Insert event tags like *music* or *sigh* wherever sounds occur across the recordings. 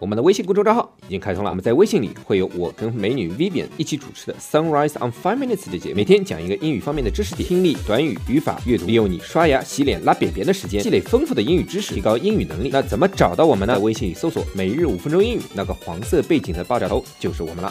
我们的微信公众账号已经开通了，我们在微信里会有我跟美女 Vivian 一起主持的 Sunrise on Five Minutes 的节目，每天讲一个英语方面的知识点，听力、短语、语法、阅读，利用你刷牙、洗脸、拉便便的时间，积累丰富的英语知识，提高英语能力。那怎么找到我们呢？在微信里搜索“每日五分钟英语”，那个黄色背景的爆炸头就是我们了。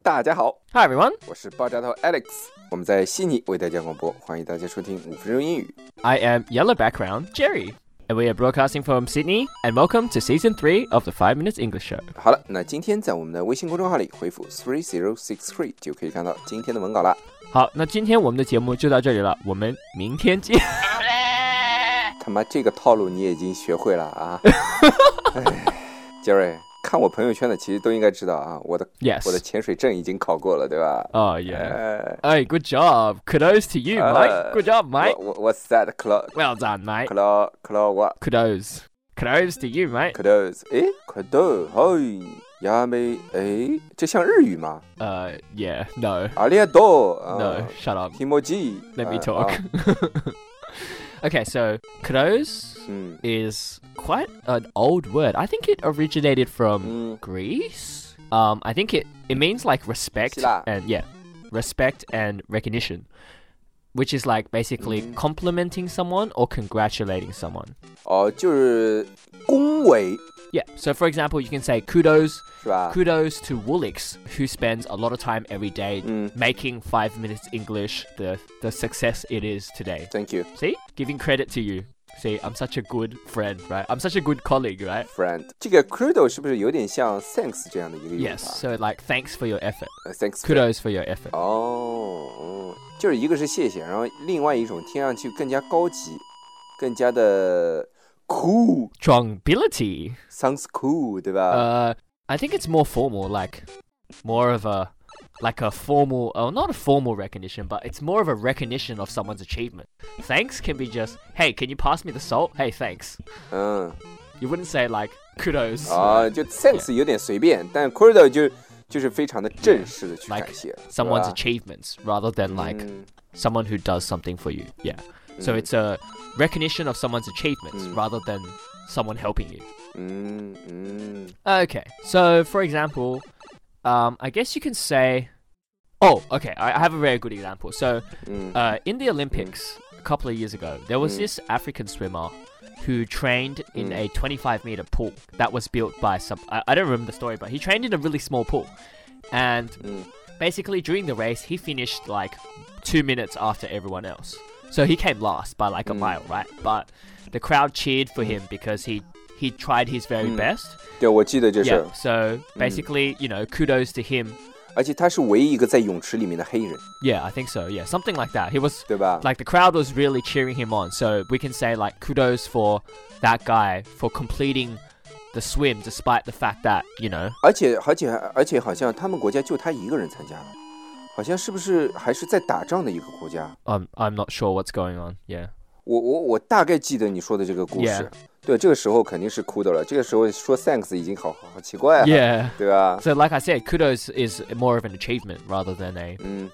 大家好， Hi everyone, 我是爆炸头 Alex，我们在悉尼为大家广播，欢迎大家收听五分钟英语。 I am Yellow Background Jerry, and we are broadcasting from Sydney. And welcome to season three of the Five Minutes English Show. 好了，那今天在我们的微信公众号里回复 three zero six three 就可以看到今天的文稿啦。好，那今天我们的节目就到这里了，我们明天 *laughs* 见。他妈这个套路你也已经学会了 *laughs* 啊！哎杰瑞，看我朋友圈的其实都应该知道啊，我的 Yes. 我的潜水证已经考过了，对吧？ Oh yeah. 哎 Hey, good job. Kudos to you, Uh, Mike. Good job, Mike. 我我 what's that clo Well done, mate. clo clo what Kudos. Kudos to you, mate. close？哎，clo 嘿，呀没哎，这像日语吗？ Uh, yeah. No. 阿里多啊 No. Shut up. ，Himoji。 Let 啊 me 啊 talk. Okay, so kudos 嗯 is quite an old word. I think it originated from 嗯 Greece. Um, I think it it means like respect Sila. and yeah, respect and recognition, which is like basically Mhm. complimenting someone or congratulating someone. 哦，就是恭维 Yeah. So for example, you can say kudos 是吧？ kudos to Woolix, who spends a lot of time every day 嗯 making Five Minutes English the the success it is today. ，Thank you See, giving credit to you. See, I'm such a good friend, right? I'm such a good colleague, right? friend。这个 credo 是不是有点像 thanks 这样的一个用 Yes. 法？ So like, thanks for your effort. 呃 thanks friend Kudos for your effort. Oh. 哦，哦，就是一个是谢谢，然后另外一种听上去更加高级，更加的 cool，sounds Strongbility. cool，对吧？ Uh, I think it's more formal, like more of a like a formal, oh, not a formal recognition, but it's more of a recognition of someone's achievement. Thanks can be just, hey, can you pass me the salt? Hey, thanks. 呃嗯， You wouldn't say like kudos. 啊，就 thanks 有点随便，但 credo 就就是非常的正式的去 Like 感谢，是 Someone's 吧？ achievements rather than like 嗯 someone who does something for you. Yeah. So Mm. it's a recognition of someone's achievements Mm. rather than someone helping you. 嗯嗯 Okay. So, for example, um, I guess you can say, oh, okay, I I have a very good example. So, 嗯 uh, in the Olympics a couple of years ago, there was Mm. this African swimmer who trained in Mm. a 25 meter pool that was built by some. I, I don't remember the story, but he trained in a really small pool. And 嗯 basically, during the race, he finished like two minutes after everyone else. So he came last by like a Mm. mile, right? But the crowd cheered for him because he, he tried his very Mm. best. 对，我记得这事 Yeah,，so basically, you know, kudos to him. 而且他是唯一一个在泳池里面的黑人， Yeah, I think so. Yeah, something like that. He was 对吧？ like the crowd was really cheering him on. So we can say like kudos for that guy for completing the swim despite the fact that, you know, 而且而且而且好像他们国家就他一个人参加了，好像是不是还是在打仗的一个国家？ um, I'm not sure what's going on. Yeah. 我我我大概记得你说的这个故事 Yeah 对，这个时候肯定是哭的了。这个时候说 thanks 已经好好好奇怪了 Yeah. 对吧？ So like I said, kudos is more of an achievement rather than a 嗯，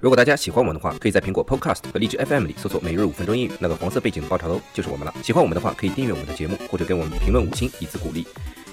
如果大家喜欢我们的话，可以在苹果 Podcast 和荔枝 FM 里搜索“每日五分钟英语”，那个黄色背景的爆炒头就是我们了。喜欢我们的话，可以订阅我们的节目，或者给我们评论五星以资鼓励。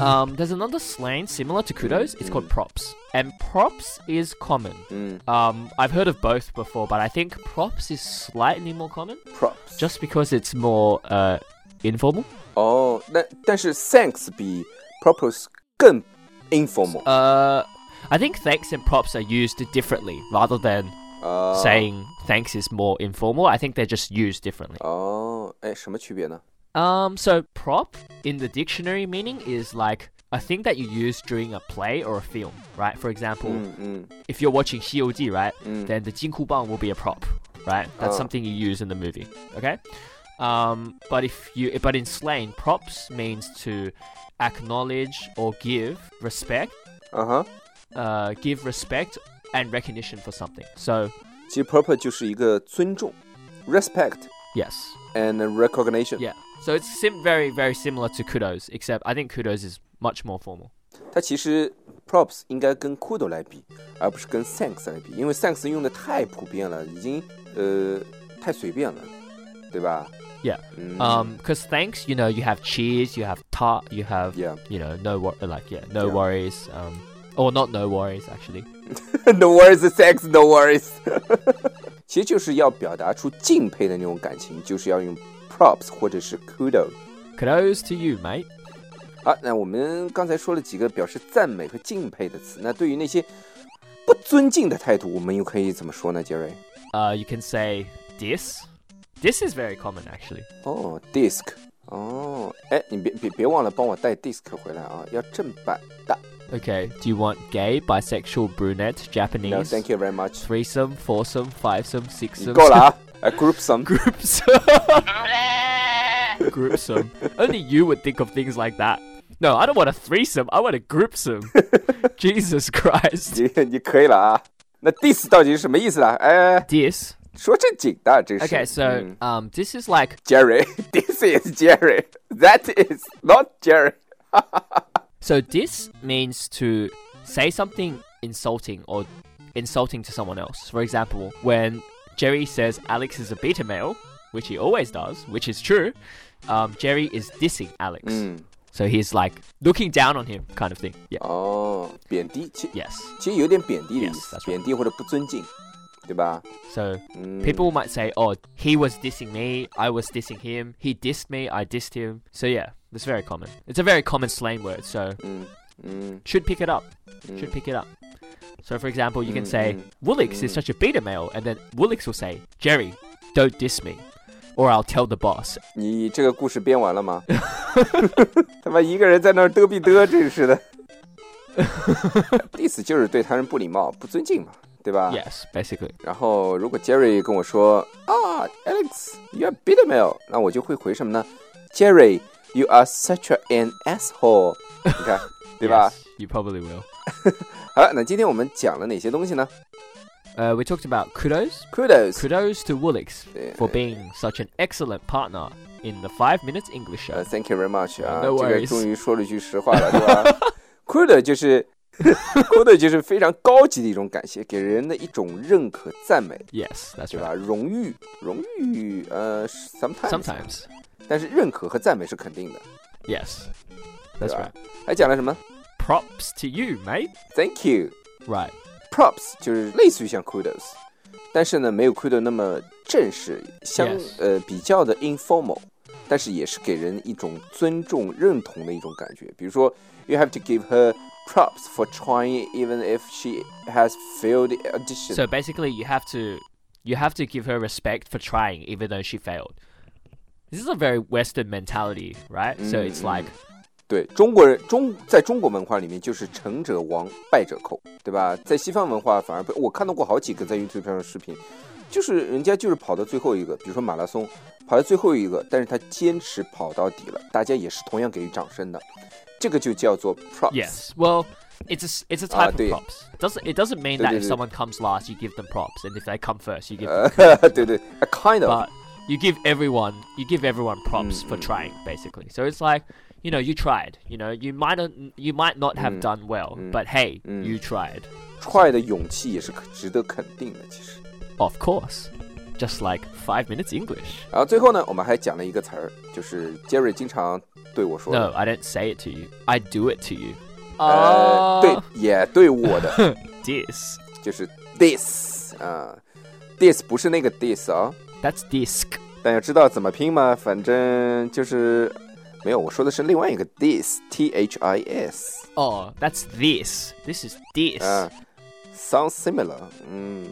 um there's another slang similar to kudos. It's called props. And props is common. 嗯 Um I've heard of both before, but I think props is slightly more common. ，props。 just because it's more uh, informal. 哦，那但是 thanks 比 props 更 informal。 Uh, I think thanks and props are used differently rather than 呃， saying thanks is more informal. I think they're just used differently. 哦，哎，什么区别呢？ Um, so prop in the dictionary meaning is like a thing that you use during a play or a film, right? For example, 嗯嗯 if you're watching COD, right, 嗯 then the jinku bang will be a prop, right? That's Ah. something you use in the movie, okay? Um, but if you, but in slang, props means to acknowledge or give respect, 啊哈， uh, give respect and recognition for something. So 其实 proper 就是一个尊重，respect yes, and recognition。 yeah. So it's sim- very, very similar to kudos, except I think kudos is much more formal. 它其实 props 应该跟 kudo 来比，而不是跟 thanks 来比，因为 thanks 用的太普遍了，已经呃太随便了，对吧 Yeah. 嗯 Um, because thanks, you know, you have cheers, you have ta, you have yeah *laughs* you know, no wor- like yeah, no Yeah. worries. Um, or not no worries actually. no worries thanks no worries 。 *laughs* 其实就是要表达出敬佩的那种感情，就是要用 props 或者是 kudo。 Kudos to you, mate. 好，那我们刚才说了几个表示赞美和敬佩的词，那对于那些不尊敬的态度，我们又可以怎么说呢？杰瑞？ Uh, you can say dis. Dis is very common actually. 哦，disc，哦，哎，你别别别忘了帮我带 disc 回来啊，要正版的。 Okay. Do you want gay, bisexual, brunette, Japanese? No, thank you very much。 Threesome, foursome, fivesome, sixsome. *laughs* 够了啊，a group some。 Groupsome. groupsome. Only you would think of things like that. No, I don't want a threesome. I want a groupsome. Jesus Christ. 你你可以了啊。那 dis 到底是什么意思啦？哎， Dis. 说正经的，这是。 Okay, so 嗯 um, this is like *laughs* Jerry，this is *laughs* Jerry，that is not Jerry。 *laughs* So this means to say something insulting or insulting to someone else. For example, when Jerry says Alex is a beta male, which he always does, which is true, um, Jerry is dissing Alex. 嗯， So he's like looking down on him, kind of thing. Yeah. 哦，贬低，其 Yes. 其实有点贬低的意 Yes, 思 that's right.，贬低或者不尊敬，对吧？ So 嗯 people might say, "Oh, he was dissing me. I was dissing him. He dissed me. I dissed him." So yeah, it's very common. It's a very common slang word. So 嗯嗯 should pick it up. 嗯 should pick it up. So, for example, you can Mm, say, mm, Woolix is mm. such a beta male, and then Woolix will say, Jerry, don't diss me, or I'll tell the *laughs* boss. 你这个故事编完了吗？ *laughs* 他妈一个人在那儿嘚逼嘚，真是的。diss 就是对他人不礼貌、不尊敬嘛，对吧 Yes, basically. 然后如果 Jerry 跟我说啊，Alex，you are a bit male，那我就会回什么呢？Jerry，you are such a- an asshole。你看，对吧 Yes, you probably will. 好了，那今天我们讲了哪些东西呢 Uh, we talked about kudos. ？Kudos， Kudos to Woolix Yeah. for being such an excellent partner in the Five Minutes English show. 呃，Thank you very much 啊， No 这个 worries 终于说了句实话了，对吧 *laughs* ？Kudos 就是 *laughs* Kudos 就是非常高级的一种感谢，给人的一种认可、赞美， Yes, that's 对 right. 吧？荣誉，荣誉，呃，sometimes， Sometimes. 但是认可和赞美是肯定的。 Yes, that's Yeah. right. 还讲了什么 Props to you, mate. ？Thank you。 Right. props 就是类似于像 kudos，但是呢没有 kudos 那么正式，相 Yes 呃比较的 informal，但是也是给人一种尊重、认同的一种感觉。比如说，you have to give her props for trying even if she has failed the audition。 So basically, you have to you have to give her respect for trying, even though she failed. This is a very Western mentality, right? So Mm. it's like 对中国人中在中国文化里面就是成者王，败者寇，对吧？在西方文化反而不，我看到过好几个在 YouTube 上的视频，就是人家就是跑到最后一个，比如说马拉松，跑到最后一个，但是他坚持跑到底了，大家也是同样给予掌声的，这个就叫做 props。 yes, well, it's a s- it's a type of Oh, do- props. Doesn't it doesn't mean Do- that do- Uh, if do- someone comes last, you give them props, and if they come first, you give them. 呃， *laughs* 对对，a kind of， But you give everyone you give everyone props Mm. for trying, basically. So it's like you know you tried. You know you might not you might not Mm. have done well, but hey, you tried. 踹的勇气也是可值得肯定的，其实。 Of course, just like five minutes English. 然后最后呢，我们还讲了一个词儿，就是杰瑞经常对我说的 No, I don't say it to you. I do it to you. 呃，对 Oh,，也对我的。 disc. 就是 this 啊、t h i s 不是那个 this 啊、 That's disc. 但要知道怎么拼嘛，反正就是没有，我说的是另外一个 this t h i s Oh, that's this. This is this. 啊、s o u n d similar，嗯，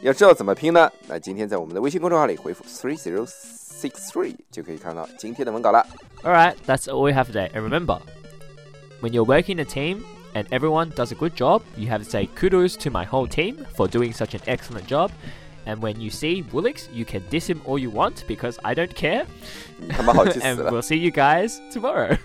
要知道怎么拼呢？那今天在我们的微信公众号里回复 three zero six three 就可以看到今天的文稿了。 All right, that's all we have today. And remember, When you're working a team and everyone does a good job, you have to say kudos to my whole team for doing such an excellent job. And when you see Woolix, you can diss him all you want because I don't care. 他妈好气死 *laughs* and 了。 *laughs* we'll see you guys tomorrow.